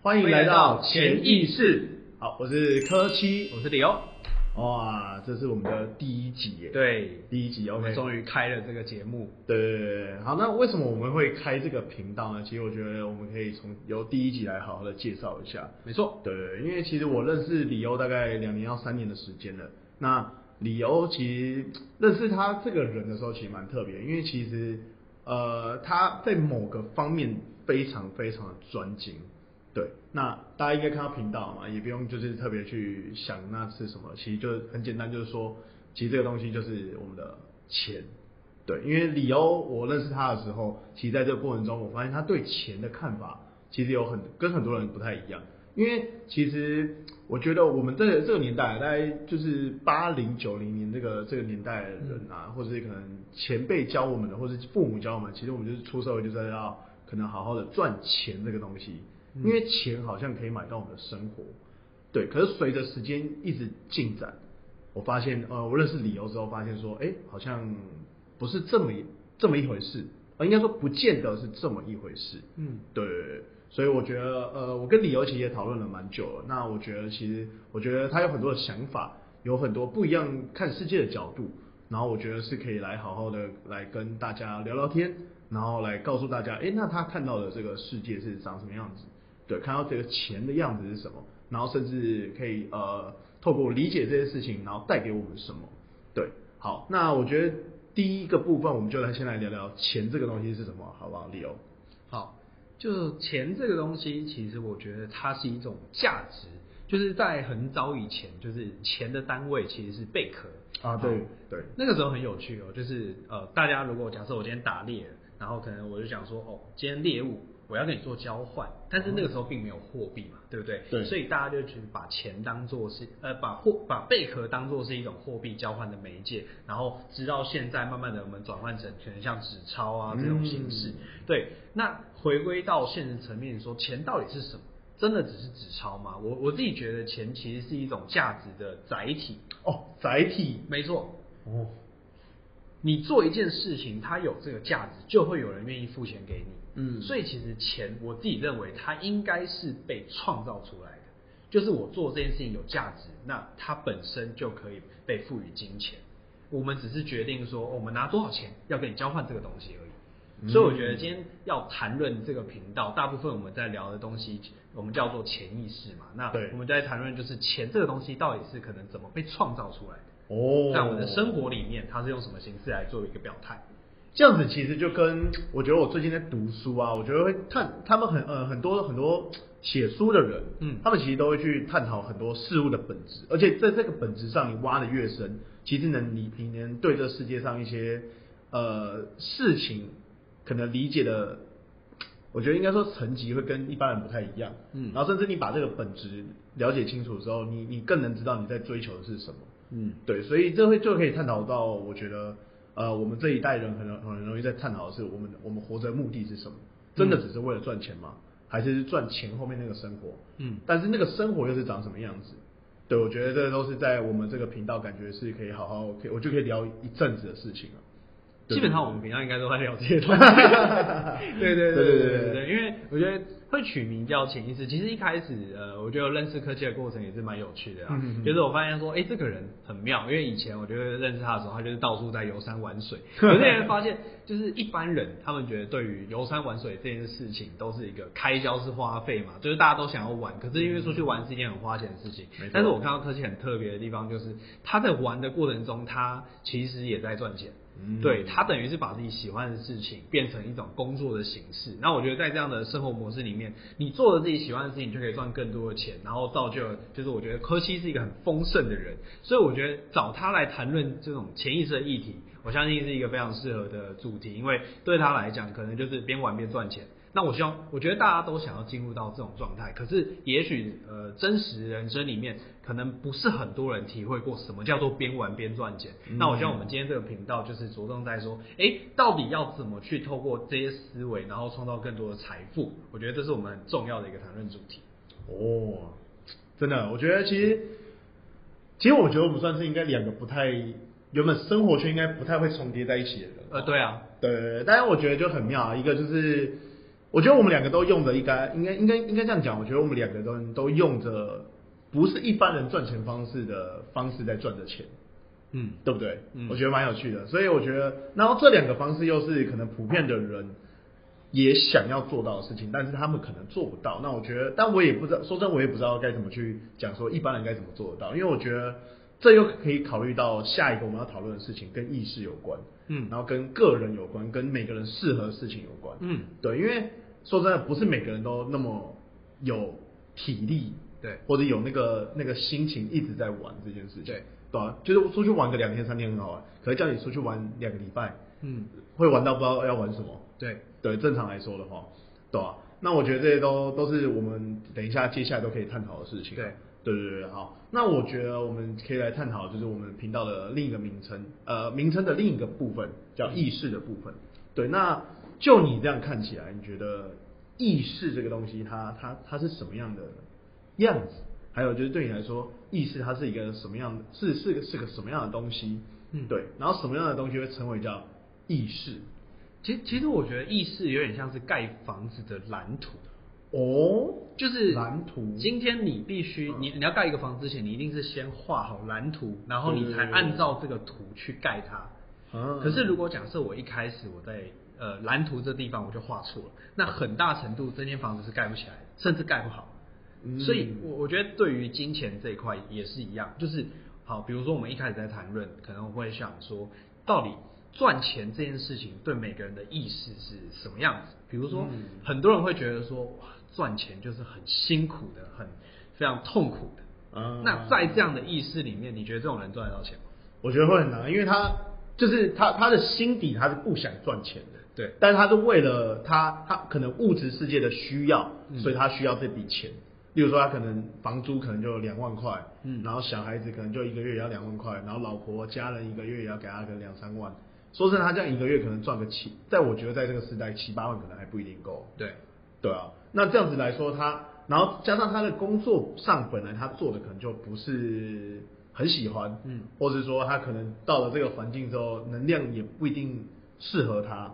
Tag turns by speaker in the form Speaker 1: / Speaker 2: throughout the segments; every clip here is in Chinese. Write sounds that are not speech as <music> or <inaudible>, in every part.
Speaker 1: 欢迎来到潜意识。好，我是柯七。
Speaker 2: 我是李欧。
Speaker 1: 哇，这是我们的第一集耶。，
Speaker 2: 对，
Speaker 1: 第一集
Speaker 2: 我
Speaker 1: OK。
Speaker 2: 们
Speaker 1: 对
Speaker 2: 终于开了这个节目。
Speaker 1: 对对对，好，那为什么我们会开这个频道呢？其实我觉得我们可以从由第一集来好好的介绍一下。
Speaker 2: 没错，
Speaker 1: 对对，对因为其实我认识李欧大概两年到三年的时间了。那李欧其实认识他这个人的时候，其实蛮特别，因为其实呃他在某个方面非常非常的专精。对，那大家应该看到频道嘛，也不用就是特别去想那是什么，其实就很简单，就是说，其实这个东西就是我们的钱。对，因为李欧我认识他的时候，其实在这个过程中，我发现他对钱的看法其实有很跟很多人不太一样。因为其实我觉得我们这这个年代，大概就是八零九零年这个这个年代的人啊，或者是可能前辈教我们的，或者是父母教我们，其实我们就是出社会就是要可能好好的赚钱这个东西，因为钱好像可以买到我们的生活。对，可是随着时间一直进展，我发现，呃，我认识理由之后，发现说，哎、好像不是这么一这么一回事，呃，应该说不见得是这么一回事。
Speaker 2: 嗯，
Speaker 1: 对对对，所以我觉得，呃，我跟理由其实也讨论了蛮久了。那我觉得，其实我觉得他有很多的想法，有很多不一样看世界的角度，然后我觉得是可以来好好的来跟大家聊聊天，然后来告诉大家，哎，那他看到的这个世界是长什么样子？对，看到这个钱的样子是什么，然后甚至可以呃，透过理解这些事情，然后带给我们什么？对，好，那我觉得第一个部分，我们就来先来聊聊钱这个东西是什么，好不好？理由，
Speaker 2: 好，就钱这个东西，其实我觉得它是一种价值，就是在很早以前，就是钱的单位其实是贝壳
Speaker 1: 啊对对
Speaker 2: 那个时候很有趣哦，就是呃，大家如果假设我今天打猎，然后可能我就想说，哦，今天猎物我要跟你做交换，但是那个时候并没有货币嘛，对不对？
Speaker 1: 嗯对
Speaker 2: 所以大家就只把钱当做是呃，把货把贝壳当做是一种货币交换的媒介，然后直到现在慢慢的我们转换成可能像纸钞啊这种形式，
Speaker 1: 嗯
Speaker 2: 对，那回归到现实层面说，钱到底是什么？真的只是纸钞吗？我我自己觉得钱其实是一种价值的载体，
Speaker 1: 哦，载体
Speaker 2: 没错，
Speaker 1: 哦，
Speaker 2: 你做一件事情，它有这个价值，就会有人愿意付钱给你。
Speaker 1: 嗯
Speaker 2: 所以其实钱，我自己认为它应该是被创造出来的，就是我做这件事情有价值，那它本身就可以被赋予金钱。我们只是决定说，哦我们拿多少钱要跟你交换这个东西而已。
Speaker 1: 嗯
Speaker 2: 所以我觉得今天要谈论这个频道，大部分我们在聊的东西，我们叫做潜意识嘛。那
Speaker 1: 对
Speaker 2: 我们在谈论就是钱这个东西到底是可能怎么被创造出来的。
Speaker 1: 哦，
Speaker 2: 在我们的生活里面，它是用什么形式来做一个表态？
Speaker 1: 这样子其实就跟我觉得我最近在读书啊，我觉得会探他们很呃很多很多写书的人，
Speaker 2: 嗯
Speaker 1: 他们其实都会去探讨很多事物的本质，而且在这个本质上你挖的越深，其实能你你能对这世界上一些呃事情可能理解的，我觉得应该说层级会跟一般人不太一样，
Speaker 2: 嗯
Speaker 1: 然后甚至你把这个本质了解清楚之后，你你更能知道你在追求的是什么，
Speaker 2: 嗯，
Speaker 1: 对，所以这会就可以探讨到，我觉得呃，我们这一代人很容很容易在探讨的是我们我们活着的目的是什么？真的只是为了赚钱吗？还是赚钱后面那个生活？
Speaker 2: 嗯
Speaker 1: 但是那个生活又是长什么样子？对，我觉得这都是在我们这个频道，感觉是可以好好，可以我就可以聊一阵子的事情了。对
Speaker 2: 基本上我们平常应该都在聊这些东西。
Speaker 1: <laughs>
Speaker 2: 对
Speaker 1: 对
Speaker 2: 对对
Speaker 1: 对
Speaker 2: 对
Speaker 1: 对
Speaker 2: 对对，因为我觉得会取名叫潜意识，其实一开始呃，我觉得认识科技的过程也是蛮有趣的啊。
Speaker 1: 嗯嗯嗯
Speaker 2: 就是我发现说，哎、这个人很妙，因为以前我觉得认识他的时候，他就是到处在游山玩
Speaker 1: <laughs>
Speaker 2: 水。可是也发现，就是一般人他们觉得对于游山玩水这件事情都是一个开销是花费嘛，就是大家都想要玩，可是因为出去玩是一件很花钱的事情
Speaker 1: 嗯没错。
Speaker 2: 但是我看到科技很特别的地方，就是他在玩的过程中，他其实也在赚钱。
Speaker 1: 嗯
Speaker 2: 对他等于是把自己喜欢的事情变成一种工作的形式。那我觉得在这样的生活模式里面，你做了自己喜欢的事情，就可以赚更多的钱，然后造就了就是我觉得柯西是一个很丰盛的人，所以我觉得找他来谈论这种潜意识的议题，我相信是一个非常适合的主题，因为对他来讲，可能就是边玩边赚钱。那我希望，我觉得大家都想要进入到这种状态，可是也许呃，真实人生里面可能不是很多人体会过什么叫做边玩边赚钱。
Speaker 1: 嗯
Speaker 2: 那我希望我们今天这个频道就是着重在说，哎，到底要怎么去透过这些思维，然后创造更多的财富？我觉得这是我们很重要的一个谈论主题。
Speaker 1: 哦，真的，我觉得其实，其实我觉得我们算是应该两个不太原本生活圈应该不太会重叠在一起的人。
Speaker 2: 呃，对啊，
Speaker 1: 对，但是我觉得就很妙啊，一个就是我觉得我们两个都用着应该应该应该应该这样讲，我觉得我们两个都都用着不是一般人赚钱方式的方式在赚着钱，
Speaker 2: 嗯，
Speaker 1: 对不对？
Speaker 2: 嗯
Speaker 1: 我觉得蛮有趣的，所以我觉得，然后这两个方式又是可能普遍的人也想要做到的事情，但是他们可能做不到。那我觉得，但我也不知道，说真的，我也不知道该怎么去讲说一般人该怎么做得到，因为我觉得这又可以考虑到下一个我们要讨论的事情跟意识有关，
Speaker 2: 嗯
Speaker 1: 然后跟个人有关，跟每个人适合的事情有关，
Speaker 2: 嗯，
Speaker 1: 对，因为说真的，不是每个人都那么有体力
Speaker 2: 对，
Speaker 1: 或者有那个那个心情一直在玩这件事情，
Speaker 2: 对
Speaker 1: 对啊，就是出去玩个两天三天很好玩，可是叫你出去玩两个礼拜，
Speaker 2: 嗯，
Speaker 1: 会玩到不知道要玩什么。
Speaker 2: 对，
Speaker 1: 对，正常来说的话，对啊，那我觉得这些都都是我们等一下接下来都可以探讨的事情。啊
Speaker 2: 对，
Speaker 1: 对对对，好，那我觉得我们可以来探讨，就是我们频道的另一个名称，呃，名称的另一个部分叫意识的部分。对，那就你这样看起来，你觉得意识这个东西它，它它是什么样的样子？还有就是对你来说，意识它是一个什么样的？是是个是个什么样的东西？
Speaker 2: 嗯
Speaker 1: 对，然后什么样的东西会成为叫意识？
Speaker 2: 其实其实我觉得意识有点像是盖房子的蓝图，
Speaker 1: 哦，
Speaker 2: 就是
Speaker 1: 蓝图
Speaker 2: 今天你必须
Speaker 1: 嗯
Speaker 2: 你你要盖一个房子之前，你一定是先画好蓝图，然后你才
Speaker 1: 对
Speaker 2: 按照这个图去盖它。
Speaker 1: 啊
Speaker 2: 可是如果假设我一开始我在呃蓝图这地方我就画错了，那很大程度这间房子是盖不起来的，甚至盖不好。
Speaker 1: 嗯
Speaker 2: 所以我我觉得对于金钱这一块也是一样，就是好，比如说我们一开始在谈论，可能会想说，到底赚钱这件事情对每个人的意识是什么样子？比如说，
Speaker 1: 嗯
Speaker 2: 很多人会觉得说，哇，赚钱就是很辛苦的，很非常痛苦的。
Speaker 1: 啊
Speaker 2: 那在这样的意识里面，你觉得这种人赚得到钱吗？
Speaker 1: 我觉得会很难，因为他就是他他的心底他是不想赚钱的，
Speaker 2: 对，
Speaker 1: 但是他是为了他他可能物质世界的需要
Speaker 2: 嗯，
Speaker 1: 所以他需要这笔钱。例如说，他可能房租可能就两万块，
Speaker 2: 嗯
Speaker 1: 然后小孩子可能就一个月也要两万块，然后老婆家人一个月也要给他个两三万。说真的，他这样一个月可能赚个七，在我觉得在这个时代七八万可能还不一定够。
Speaker 2: 对，
Speaker 1: 对啊，那这样子来说他，然后加上他的工作上本来他做的可能就不是很喜欢，
Speaker 2: 嗯，
Speaker 1: 或者说他可能到了这个环境之后，能量也不一定适合他，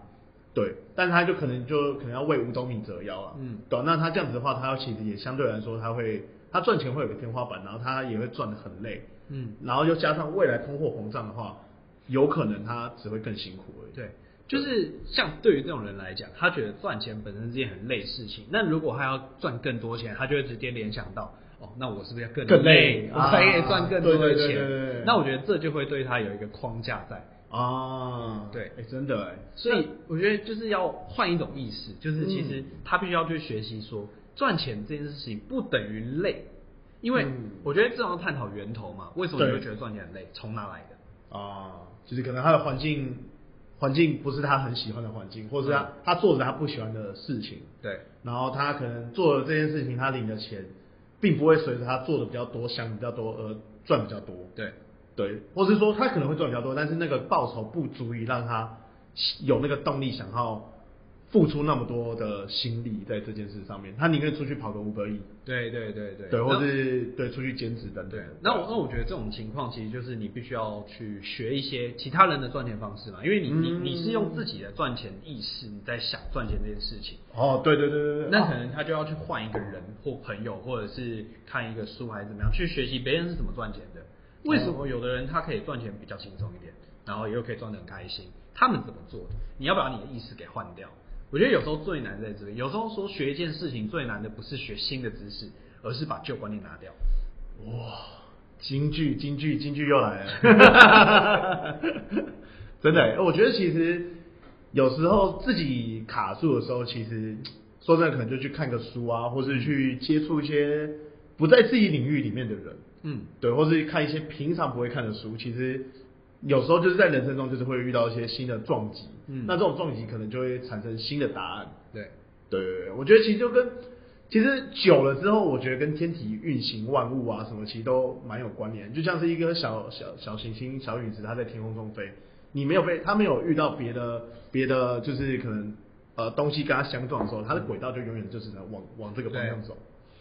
Speaker 1: 对，但他就可能就可能要为五斗米折腰啊，
Speaker 2: 嗯，
Speaker 1: 对啊、那他这样子的话，他其实也相对来说他会他赚钱会有个天花板，然后他也会赚得很累，
Speaker 2: 嗯，
Speaker 1: 然后又加上未来通货膨胀的话，有可能他只会更辛苦而已，
Speaker 2: 对，就是像对于这种人来讲，他觉得赚钱本身是件很累的事情。那如果他要赚更多钱，他就会直接联想到，哦，那我是不是要更
Speaker 1: 更
Speaker 2: 累
Speaker 1: 累，
Speaker 2: 我才可以赚更多的
Speaker 1: 啊对
Speaker 2: 钱？
Speaker 1: 对对对对
Speaker 2: 那我觉得这就会对他有一个框架在。
Speaker 1: 啊，
Speaker 2: 对
Speaker 1: 哎、真的哎、
Speaker 2: 所以我觉得就是要换一种意识，就是其实
Speaker 1: 嗯
Speaker 2: 他必须要去学习说，赚钱这件事情不等于累，因为
Speaker 1: 嗯
Speaker 2: 我觉得这种要探讨源头嘛，为什么你会
Speaker 1: 对
Speaker 2: 觉得赚钱很累，从哪来的？
Speaker 1: 啊，就是可能他的环境环境不是他很喜欢的环境，或是他、
Speaker 2: 嗯
Speaker 1: 他做着他不喜欢的事情，
Speaker 2: 对，
Speaker 1: 然后他可能做了这件事情，他领的钱，并不会随着他做的比较多、想比较多而赚比较多，
Speaker 2: 对，
Speaker 1: 对，或是说他可能会赚比较多，但是那个报酬不足以让他有那个动力想要付出那么多的心力在这件事上面，他宁愿出去跑个五百亿，
Speaker 2: 对，对，对，对，
Speaker 1: 对，
Speaker 2: 那
Speaker 1: 或是对出去兼职等等
Speaker 2: 对
Speaker 1: 的，，
Speaker 2: 那我那我觉得这种情况其实就是你必须要去学一些其他人的赚钱方式嘛，因为你你
Speaker 1: 嗯
Speaker 2: 你是用自己的赚钱意识你在想赚钱这件事情，
Speaker 1: 哦，对对对对对，
Speaker 2: 那
Speaker 1: 啊
Speaker 2: 可能他就要去换一个人或朋友，或者是看一个书还是怎么样，去学习别人是怎么赚钱的。为什么
Speaker 1: 嗯
Speaker 2: 有的人他可以赚钱比较轻松一点，然后又可以赚得很开心？他们怎么做的？你要把你的意识给换掉。我觉得有时候最难在这里，有时候说学一件事情最难的不是学新的知识，而是把旧观念拿掉。
Speaker 1: 哇，京剧，京剧，京剧又来了，真的欸、我觉得其实有时候自己卡住的时候，其实说真的，可能就去看个书啊，或是去接触一些不在自己领域里面的人，
Speaker 2: 嗯，
Speaker 1: 对，或是看一些平常不会看的书，其实。有时候就是在人生中，就是会遇到一些新的撞击，
Speaker 2: 嗯
Speaker 1: 那这种撞击可能就会产生新的答案，
Speaker 2: 对。
Speaker 1: 对对对，我觉得其实就跟其实久了之后，我觉得跟天体运行万物啊什么，其实都蛮有关联。就像是一颗小小小行星、小陨石，它在天空中飞，你没有被它没有遇到别的别的，就是可能呃东西跟它相撞的时候，它的轨道就永远就只能往往这个方向走。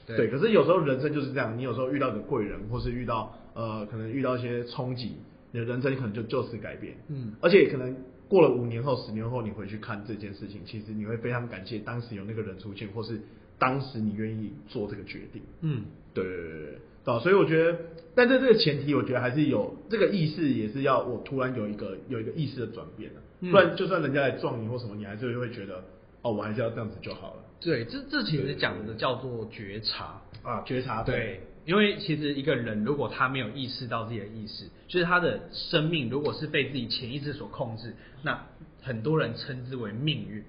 Speaker 2: 对
Speaker 1: 对，可是有时候人生就是这样，你有时候遇到个贵人，或是遇到呃可能遇到一些冲击，你的人生可能就就此改变。
Speaker 2: 嗯
Speaker 1: 而且可能过了五年后、十年后，你回去看这件事情，其实你会非常感谢当时有那个人出现，或是当时你愿意做这个决定。
Speaker 2: 嗯，
Speaker 1: 对对对对对，对啊所以我觉得，但在这个前提，我觉得还是有这个意识，也是要我突然有一个有一个意识的转变的、
Speaker 2: 嗯
Speaker 1: 不然就算人家来撞你或什么，你还是会觉得哦，我还是要这样子就好了
Speaker 2: 对，这这其实讲的叫做觉察。
Speaker 1: 啊，觉察
Speaker 2: 对，因为其实一个人如果他没有意识到自己的意识，就是他的生命如果是被自己潜意识所控制，那很多人称之为命运。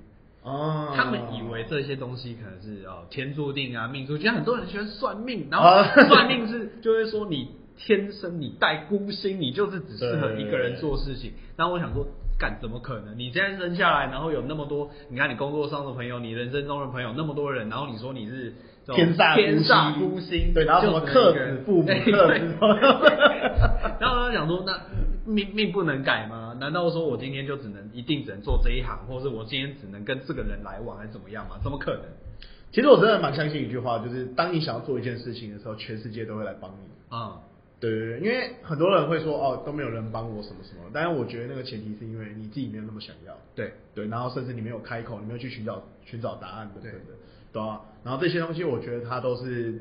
Speaker 1: 哦，
Speaker 2: 他们以为这些东西可能是哦天注定啊命注定，就像很多人喜欢算命，然后
Speaker 1: 啊
Speaker 2: 算命是 <laughs> 就会说你天生你带孤星，你就是只适合一个人做事情。然后我想说，干怎么可能？你现在生下来，然后有那么多，你看你工作上的朋友，你人生中的朋友那么多人，然后你说你是这种
Speaker 1: 天煞孤星
Speaker 2: 天煞孤星，
Speaker 1: 对然后什么克子父母
Speaker 2: 对
Speaker 1: 克子
Speaker 2: 对 <laughs> 然后他想说，那命命不能改吗？难道说我今天就只能一定只能做这一行，或是我今天只能跟这个人来往，还是怎么样吗？怎么可能
Speaker 1: 其实我真的蛮相信一句话，就是当你想要做一件事情的时候，全世界都会来帮你。
Speaker 2: 啊、
Speaker 1: 对对对，因为很多人会说哦都没有人帮我什么什么，但是我觉得那个前提是因为你自己没有那么想要。
Speaker 2: 对，
Speaker 1: 对，然后甚至你没有开口，你没有去寻找寻找答案等等
Speaker 2: 对
Speaker 1: 的，对啊。然后这些东西，我觉得它都是，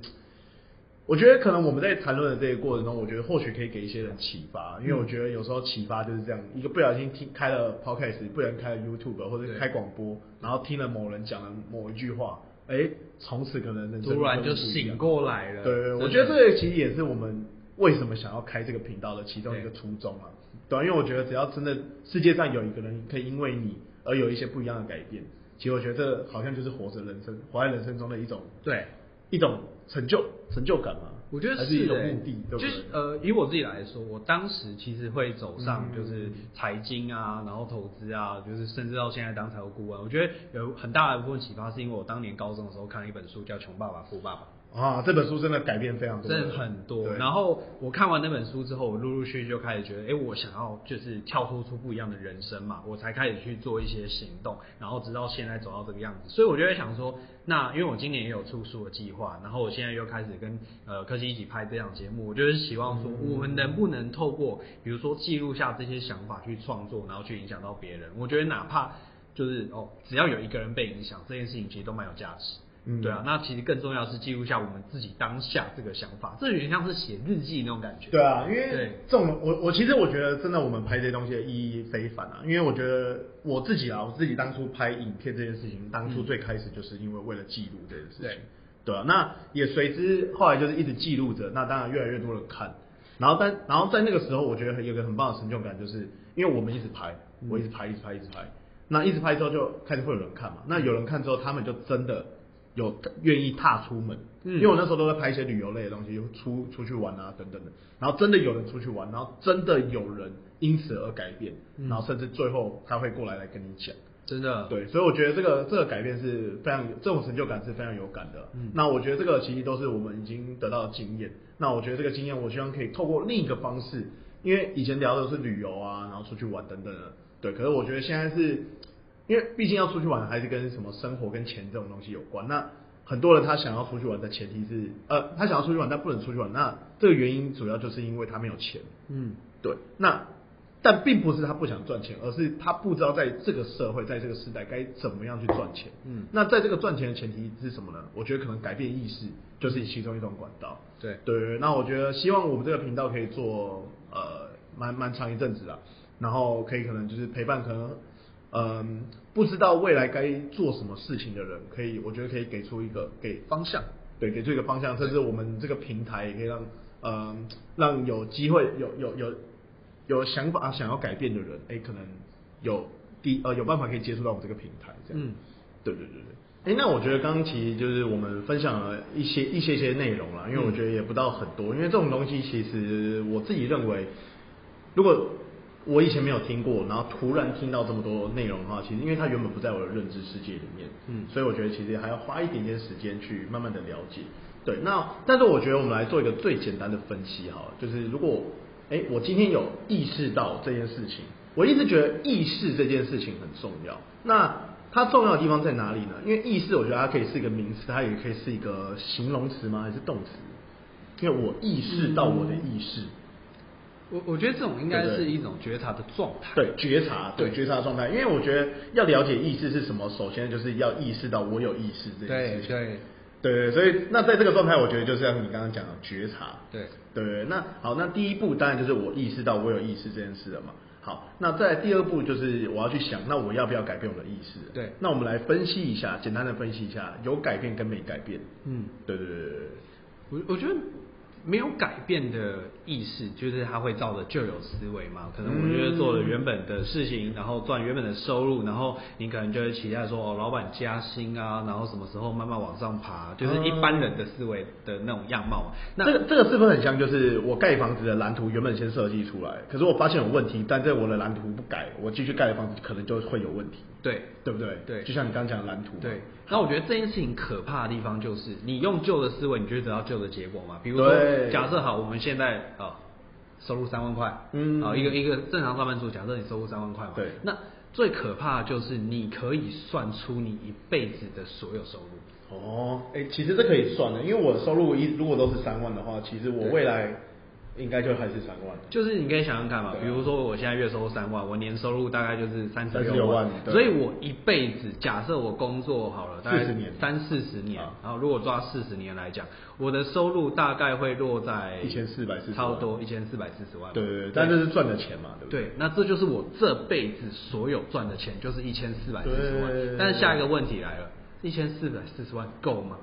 Speaker 1: 我觉得可能我们在谈论的这个过程中，我觉得或许可以给一些人启发，因为我
Speaker 2: 嗯
Speaker 1: 觉得有时候启发就是这样，一个不小心听开了 podcast，不小心开了 YouTube 或者
Speaker 2: 对
Speaker 1: 开广播，然后听了某人讲了某一句话，哎，从此可能人生
Speaker 2: 突然就
Speaker 1: 会不一样
Speaker 2: 醒过来了。
Speaker 1: 对对，对我觉
Speaker 2: 真
Speaker 1: 得
Speaker 2: 的
Speaker 1: 这个其实也是我们为什么想要开这个频道的其中一个初衷啊。对啊，因为我觉得只要真的世界上有一个人可以因为你而有一些不一样的改变，其实我觉得这好像就是活着人生，活在人生中的一种
Speaker 2: 对，
Speaker 1: 一种成就成就感嘛。
Speaker 2: 我觉得
Speaker 1: 还是一种
Speaker 2: 欸
Speaker 1: 目的，对不
Speaker 2: 就
Speaker 1: 对
Speaker 2: 是？呃，以我自己来说，我当时其实会走上
Speaker 1: 嗯
Speaker 2: 就是财经啊，然后投资啊，就是甚至到现在当财务顾问，我觉得有很大的部分启发是因为我当年高中的时候看了一本书叫《穷爸爸富爸爸》。
Speaker 1: 啊，这本书真的改变非常多，
Speaker 2: 真的很多。
Speaker 1: 对
Speaker 2: 然后我看完那本书之后，我陆陆续续就开始觉得，哎、我想要就是跳脱出不一样的人生嘛，我才开始去做一些行动，然后直到现在走到这个样子。所以我就会想说，那因为我今年也有出书的计划，然后我现在又开始跟呃科技一起拍这档节目，我就是希望说，
Speaker 1: 嗯
Speaker 2: 我们能不能透过比如说记录下这些想法去创作，然后去影响到别人。我觉得哪怕就是哦，只要有一个人被影响，这件事情其实都蛮有价值。
Speaker 1: 嗯
Speaker 2: 对啊，那其实更重要的是记录下我们自己当下这个想法，这有点像是写日记那种感觉。
Speaker 1: 对啊，因
Speaker 2: 对
Speaker 1: 为这种我我其实我觉得真的我们拍这些东西的意义非凡啊，因为我觉得我自己啊，我自己当初拍影片这件事情，当初最开始就是因为为了记录这件事情，
Speaker 2: 嗯
Speaker 1: 对
Speaker 2: 对
Speaker 1: 啊，那也随之后来就是一直记录着，那当然越来越多人看，然后但然后在那个时候，我觉得有个很棒的成就感，就是因为我们一直拍，我一直拍，一直拍，一直拍，那一直拍之后就开始会有人看嘛，那有人看之后，他们就真的有愿意踏出门，
Speaker 2: 嗯
Speaker 1: 因为我那时候都在拍一些旅游类的东西，就出出去玩啊等等的，然后真的有人出去玩，然后真的有人因此而改变，
Speaker 2: 嗯
Speaker 1: 然后甚至最后他会过来来跟你讲，
Speaker 2: 真的。
Speaker 1: 对，所以我觉得这个这个改变是非常有这种成就感是非常有感的。
Speaker 2: 嗯
Speaker 1: 那我觉得这个其实都是我们已经得到的经验。那我觉得这个经验，我希望可以透过另一个方式，因为以前聊的是旅游啊，然后出去玩等等的，对。可是我觉得现在是，因为毕竟要出去玩，还是跟什么生活跟钱这种东西有关。那很多人他想要出去玩的前提是，呃，他想要出去玩但不能出去玩，那这个原因主要就是因为他没有钱。
Speaker 2: 嗯，
Speaker 1: 对，那但并不是他不想赚钱，而是他不知道在这个社会、在这个时代该怎么样去赚钱。
Speaker 2: 嗯
Speaker 1: 那在这个赚钱的前提是什么呢？我觉得可能改变意识就是其中一种管道。
Speaker 2: 对
Speaker 1: 对，那我觉得希望我们这个频道可以做呃蛮蛮长一阵子啊，然后可以可能就是陪伴可能嗯、不知道未来该做什么事情的人，可以我觉得可以给出一个给方向，对，给出一个方向，甚至我们这个平台也可以让嗯、让有机会有有有有想法想要改变的人，哎，可能有第呃有办法可以接触到我们这个平台这样。
Speaker 2: 嗯
Speaker 1: 对对对对。哎、那我觉得刚刚其实就是我们分享了一些一些些内容啦，因为我觉得也不到很多，因为这种东西其实我自己认为，如果我以前没有听过，然后突然听到这么多内容的话，其实因为它原本不在我的认知世界里面，
Speaker 2: 嗯
Speaker 1: 所以我觉得其实还要花一点点时间去慢慢的了解。对，那但是我觉得我们来做一个最简单的分析好了，就是如果哎、我今天有意识到这件事情，我一直觉得意识这件事情很重要。那它重要的地方在哪里呢？因为意识，我觉得它可以是一个名词，它也可以是一个形容词吗？还是动词？因为我意识到我的意识，
Speaker 2: 我我觉得这种应该
Speaker 1: 对对
Speaker 2: 是一种觉察的状态。
Speaker 1: 对，觉察，对觉察状态，因为我觉得要了解意识是什么，首先就是要意识到我有意识这件
Speaker 2: 对
Speaker 1: 事情。
Speaker 2: 对
Speaker 1: 对对，所以那在这个状态，我觉得就是像你刚刚讲的觉察。
Speaker 2: 对，
Speaker 1: 对对，那好，那第一步当然就是我意识到我有意识这件事了嘛。好，那在第二步就是我要去想，那我要不要改变我的意识？
Speaker 2: 对
Speaker 1: 那我们来分析一下，简单的分析一下，有改变跟没改变。
Speaker 2: 嗯，
Speaker 1: 对对对对对。
Speaker 2: 我我觉得没有改变的意识，就是他会照着旧有思维嘛。可能我觉
Speaker 1: 嗯
Speaker 2: 得做了原本的事情，然后赚原本的收入，然后你可能就会期待说，哦，老板加薪啊，然后什么时候慢慢往上爬，就是一般人的思维的那种样貌嘛。那
Speaker 1: 啊这个这个是不是很像？就是我盖房子的蓝图原本先设计出来，可是我发现有问题，但在我的蓝图不改，我继续盖的房子可能就会有问题，
Speaker 2: 对
Speaker 1: 对不对？
Speaker 2: 对
Speaker 1: 就像你刚刚讲的蓝图嘛。
Speaker 2: 对，那我觉得这件事情可怕的地方就是，你用旧的思维，你就会得到旧的结果嘛。比如说，
Speaker 1: 对
Speaker 2: 假设好，我们现在啊、收入三万块，
Speaker 1: 嗯
Speaker 2: 啊、一个一个正常上班族，假设你收入三万块嘛，
Speaker 1: 对
Speaker 2: 那最可怕的就是你可以算出你一辈子的所有收入。
Speaker 1: 哦，哎、其实这可以算的，因为我的收入一如果都是三万的话，其实我
Speaker 2: 对
Speaker 1: 未来应该就还是三万。
Speaker 2: 就是你可以想想看嘛
Speaker 1: 对，啊
Speaker 2: 比如说我现在月收三万，我年收入大概就是三十
Speaker 1: 36
Speaker 2: 万
Speaker 1: 万，对
Speaker 2: 所以我一辈子假设我工作好了，大概
Speaker 1: 40年
Speaker 2: 三四十年
Speaker 1: 啊，
Speaker 2: 然后如果抓四十年来讲，我的收入大概会落在
Speaker 1: 1440
Speaker 2: 差不多一千四百四十万，
Speaker 1: 对对对，但这是赚的钱嘛，对不对？
Speaker 2: 对，那这就是我这辈子所有赚的钱，就是一千四百四十万
Speaker 1: 对。
Speaker 2: 但是下一个问题来了，一千四百四十万够吗？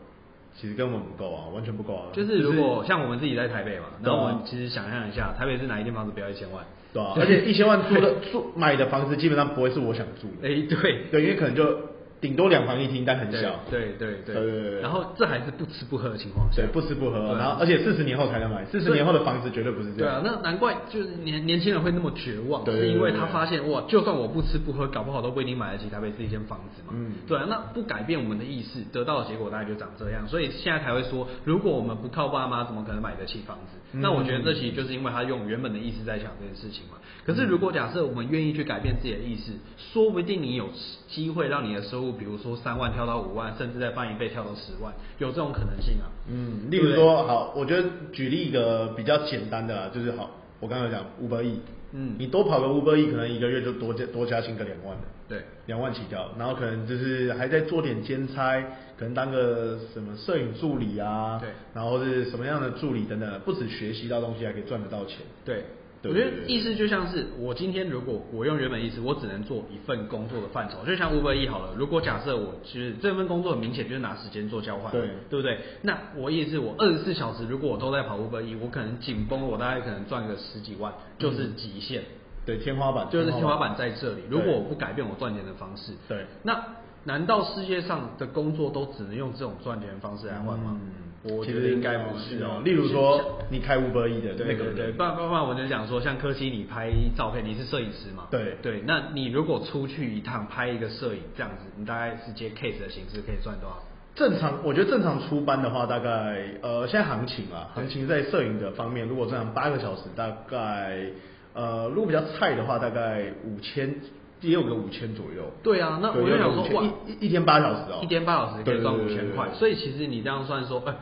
Speaker 1: 其实根本不够啊，完全不够啊。
Speaker 2: 就是如果像我们自己在台北嘛，
Speaker 1: 对
Speaker 2: 然
Speaker 1: 啊
Speaker 2: 后我们其实想象一下，台北是哪一间房子不要一千万？
Speaker 1: 对啊，而且一千万租的住买的房子基本上不会是我想住的，
Speaker 2: 哎，对，
Speaker 1: 对，因为可能就顶多两房一厅，但很
Speaker 2: 对
Speaker 1: 小。
Speaker 2: 对对对
Speaker 1: 对对对对
Speaker 2: 然后这还是不吃不喝的情况下
Speaker 1: 对，。不吃不喝，
Speaker 2: 对
Speaker 1: 然后而且四十年后才能买，四十年后的房子绝对不是这
Speaker 2: 对啊
Speaker 1: 样。，
Speaker 2: 那难怪就是年年轻人会那么绝望，
Speaker 1: 对对对
Speaker 2: 是因为他
Speaker 1: 对对
Speaker 2: 发现哇，就算我不吃不喝，搞不好都不一定买得起台北市一间房子嘛。
Speaker 1: 嗯
Speaker 2: 对啊，那不改变我们的意识，得到的结果大概就长这样。所以现在才会说，如果我们不靠爸妈，怎么可能买得起房子？
Speaker 1: 嗯
Speaker 2: 那我觉得这其实就是因为他用原本的意识在想这件事情嘛。可
Speaker 1: 嗯
Speaker 2: 是如果假设我们愿意去改变自己的意识，说不定你有机会让你的收入，比如说三万跳到五万，甚至再翻一倍跳到十万，有这种可能性啊。
Speaker 1: 嗯，例如
Speaker 2: 对不对
Speaker 1: 说，好，我觉得举例一个比较简单的啦，就是好，我刚刚有讲五百亿，
Speaker 2: 嗯
Speaker 1: 你多跑个五百亿，可能一个月就多加多加薪个两万的，
Speaker 2: 对。
Speaker 1: 两万起跳，然后可能就是还在做点兼差，可能当个什么摄影助理啊，
Speaker 2: 对
Speaker 1: 然后是什么样的助理等等，不止学习到东西，还可以赚得到钱，
Speaker 2: 对，
Speaker 1: 对
Speaker 2: 我觉
Speaker 1: 对
Speaker 2: 得
Speaker 1: 对
Speaker 2: 意思就像是我今天如果我用原本意思，我只能做一份工作的范畴，就像 Uber E 好了。如果假设我就是这份工作很明显就是拿时间做交换，
Speaker 1: 对
Speaker 2: 对不对？那我意思我二十四小时如果我都在跑 Uber E，我可能紧绷，我大概可能赚个十几万就是极限。
Speaker 1: 对，天花板，
Speaker 2: 就是天花板在这里。
Speaker 1: 嗯对
Speaker 2: 如果我不改变我赚钱的方式，
Speaker 1: 对，
Speaker 2: 那难道世界上的工作都只能用这种赚钱的方式来换吗？我
Speaker 1: 嗯其
Speaker 2: 觉得
Speaker 1: 实
Speaker 2: 应该啊不是
Speaker 1: 哦。例如说，你开五百亿的
Speaker 2: 对
Speaker 1: 那个
Speaker 2: 对对，
Speaker 1: 人
Speaker 2: 不，然不然我就讲说，像柯西你拍照片，你是摄影师嘛？
Speaker 1: 对
Speaker 2: 对，那你如果出去一趟拍一个摄影这样子，你大概是接 case 的形式可以赚多少？
Speaker 1: 正常，我觉得正常出班的话，大概呃，现在行情啊，
Speaker 2: 对
Speaker 1: 行情在摄影的方面，如果正常八个小时，大概呃，如果比较菜的话，大概五千，也有个五千左右。
Speaker 2: 对啊，那我
Speaker 1: 对
Speaker 2: 就想
Speaker 1: 有个
Speaker 2: 说，
Speaker 1: 5000
Speaker 2: 哇，
Speaker 1: 一一一天八小时哦，
Speaker 2: 一天八小时可以赚
Speaker 1: 对对
Speaker 2: 五
Speaker 1: 对
Speaker 2: 千
Speaker 1: 对
Speaker 2: 块，
Speaker 1: 对
Speaker 2: 所以其实你这样算说，哎、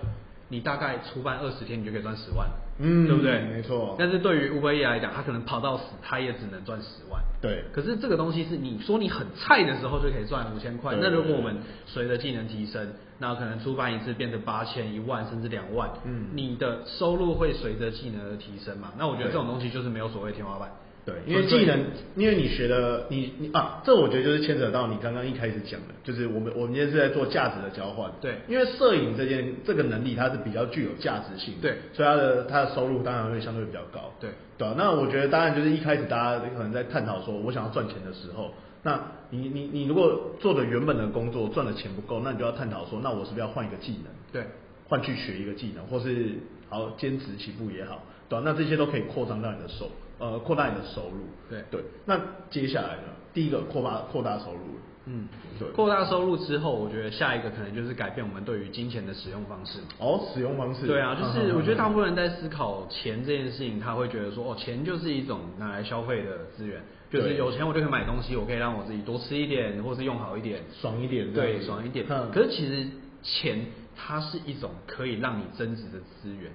Speaker 2: 你大概出办二十天，你就可以赚十万，
Speaker 1: 嗯
Speaker 2: 对不对？
Speaker 1: 没错
Speaker 2: 但是对于 Uber E 来讲，他可能跑到死，他也只能赚十万。
Speaker 1: 对
Speaker 2: 可是这个东西是你说你很菜的时候就可以赚五千块，
Speaker 1: 对
Speaker 2: 那
Speaker 1: 对
Speaker 2: 如果
Speaker 1: 对
Speaker 2: 我们随着技能提升，那可能出班一次变成八千、一万甚至两万，
Speaker 1: 嗯
Speaker 2: 你的收入会随着技能的提升嘛？那我觉得这种东西就是没有所谓天花板。
Speaker 1: 对，因为技能，因为你学的，你你啊，这我觉得就是牵扯到你刚刚一开始讲的，就是我们我们今天是在做价值的交换。
Speaker 2: 对
Speaker 1: 因为摄影这件这个能力，它是比较具有价值性的，
Speaker 2: 对
Speaker 1: 所以它的它的收入当然会相对比较高。
Speaker 2: 对
Speaker 1: 对啊、那我觉得当然就是一开始大家可能在探讨说我想要赚钱的时候，那你你你如果做的原本的工作赚的钱不够，那你就要探讨说，那我是不是要换一个技能？
Speaker 2: 对，
Speaker 1: 换去学一个技能，或是好兼职起步也好，对啊吧、那这些都可以扩张到你的收，呃，扩大你的收入。
Speaker 2: 对
Speaker 1: 对，那接下来呢？第一个扩大扩大收入。
Speaker 2: 嗯，
Speaker 1: 对。
Speaker 2: 扩大收入之后，我觉得下一个可能就是改变我们对于金钱的使用方式嘛。
Speaker 1: 哦，使用方式。嗯
Speaker 2: 对啊，就是我觉得大
Speaker 1: 他
Speaker 2: 部分人在思考钱这件事情，他会觉得说，哦，钱就是一种拿来消费的资源，就是
Speaker 1: 对
Speaker 2: 有钱我就可以买东西，我可以让我自己多吃一点，或是用好一点，
Speaker 1: 爽一点这样子，
Speaker 2: 对，爽一点。
Speaker 1: 嗯
Speaker 2: 可是其实钱它是一种可以让你增值的资源，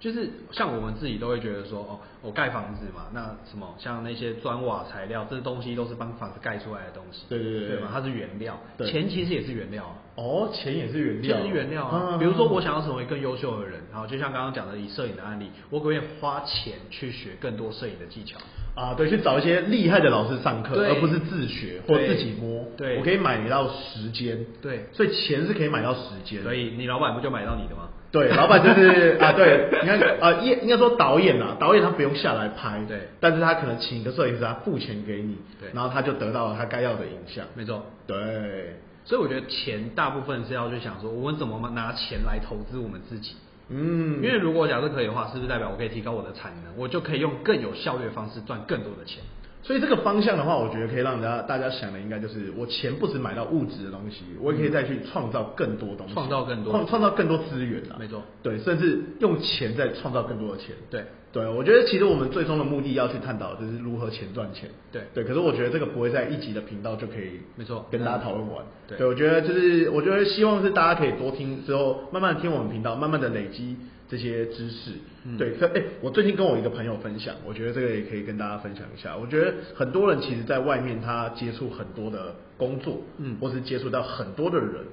Speaker 2: 就是像我们自己都会觉得说，哦，我盖房子嘛，那什么像那些砖瓦材料，这东西都是帮房子盖出来的东西，
Speaker 1: 对对对
Speaker 2: 对嘛，它是原料，
Speaker 1: 对
Speaker 2: 钱其实也是原料啊。
Speaker 1: 哦，钱也是原
Speaker 2: 就
Speaker 1: 料，嗯
Speaker 2: 是原料啊。比如说，我想要成为更优秀的人，然后就像刚刚讲的，以摄影的案例，我可不可以花钱去学更多摄影的技巧？
Speaker 1: 啊，对，去找一些厉害的老师上课，
Speaker 2: 对
Speaker 1: 而不是自学或
Speaker 2: 对
Speaker 1: 自己摸。
Speaker 2: 对
Speaker 1: 我可以买到时间。
Speaker 2: 对
Speaker 1: 所以钱是可以买到时间。
Speaker 2: 所以你老板不就买到你的吗？
Speaker 1: 对，老板就是啊，对，你看啊，应应该说导演啊，导演他不用下来拍，
Speaker 2: 对
Speaker 1: 但是他可能请一个摄影师，他付钱给你，
Speaker 2: 对
Speaker 1: 然后他就得到了他该要的影像，
Speaker 2: 没错。
Speaker 1: 对，
Speaker 2: 所以我觉得钱大部分是要去想说，我们怎么拿钱来投资我们自己？
Speaker 1: 嗯，
Speaker 2: 因为如果假设可以的话，是不是代表我可以提高我的产能，我就可以用更有效率的方式赚更多的钱？
Speaker 1: 所以这个方向的话，我觉得可以让大家大家想的应该就是，我钱不止买到物质的东西，我也可以再去创造更多东西，
Speaker 2: 嗯创造更多
Speaker 1: 创创造更多资源啊，
Speaker 2: 没错，
Speaker 1: 对，甚至用钱再创造更多的钱，
Speaker 2: 对
Speaker 1: 对，我觉得其实我们最终的目的要去探讨的就是如何钱赚钱，
Speaker 2: 对
Speaker 1: 对，可是我觉得这个不会在一集的频道就可以，
Speaker 2: 没错
Speaker 1: 跟大家讨论完，
Speaker 2: 对
Speaker 1: 我觉得就是我觉得希望是大家可以多听之后，慢慢地听我们频道，慢慢的累积。这些知识，
Speaker 2: 嗯
Speaker 1: 对，可哎、我最近跟我一个朋友分享，我觉得这个也可以跟大家分享一下。我觉得很多人其实在外面他接触很多的工作，
Speaker 2: 嗯
Speaker 1: 或是接触到很多的人，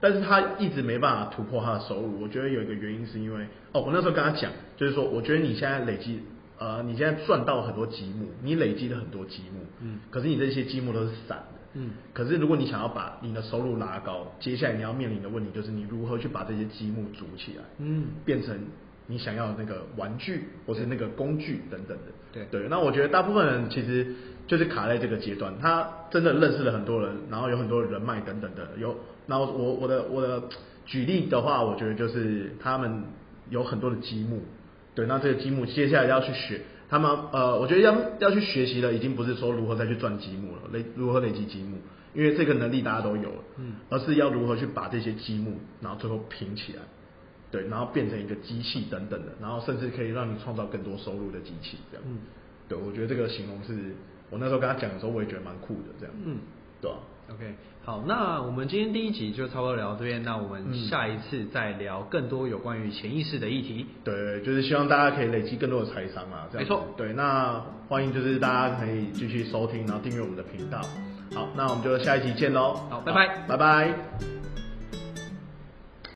Speaker 1: 但是他一直没办法突破他的收入。我觉得有一个原因是因为，哦，我那时候跟他讲，就是说，我觉得你现在累积。呃，你现在赚到很多积木，你累积了很多积木，
Speaker 2: 嗯
Speaker 1: 可是你这些积木都是散的，
Speaker 2: 嗯
Speaker 1: 可是如果你想要把你的收入拉高，接下来你要面临的问题就是你如何去把这些积木组起来，
Speaker 2: 嗯
Speaker 1: 变成你想要的那个玩具或是那个工具等等的。
Speaker 2: 对
Speaker 1: 对，那我觉得大部分人其实就是卡在这个阶段，他真的认识了很多人，然后有很多人脉等等的，有，然后我我的我的举例的话，我觉得就是他们有很多的积木，对，那这个积木接下来要去学。他们呃，我觉得要要去学习的，已经不是说如何再去赚积木了，累如何累积积木，因为这个能力大家都有了，
Speaker 2: 嗯
Speaker 1: 而是要如何去把这些积木，然后最后拼起来，对，然后变成一个机器等等的，然后甚至可以让你创造更多收入的机器，这样。
Speaker 2: 嗯，
Speaker 1: 对，我觉得这个形容是我那时候跟他讲的时候，我也觉得蛮酷的，这样。
Speaker 2: 嗯，
Speaker 1: 对啊。
Speaker 2: OK，好，那我们今天第一集就差不多聊到这边，那我们
Speaker 1: 嗯
Speaker 2: 下一次再聊更多有关于潜意识的议题。
Speaker 1: 对，就是希望大家可以累积更多的财商啊，这样子
Speaker 2: 没错
Speaker 1: 对，那欢迎就是大家可以继续收听，然后订阅我们的频道。好，那我们就下一期见喽。
Speaker 2: 好拜拜
Speaker 1: 拜拜。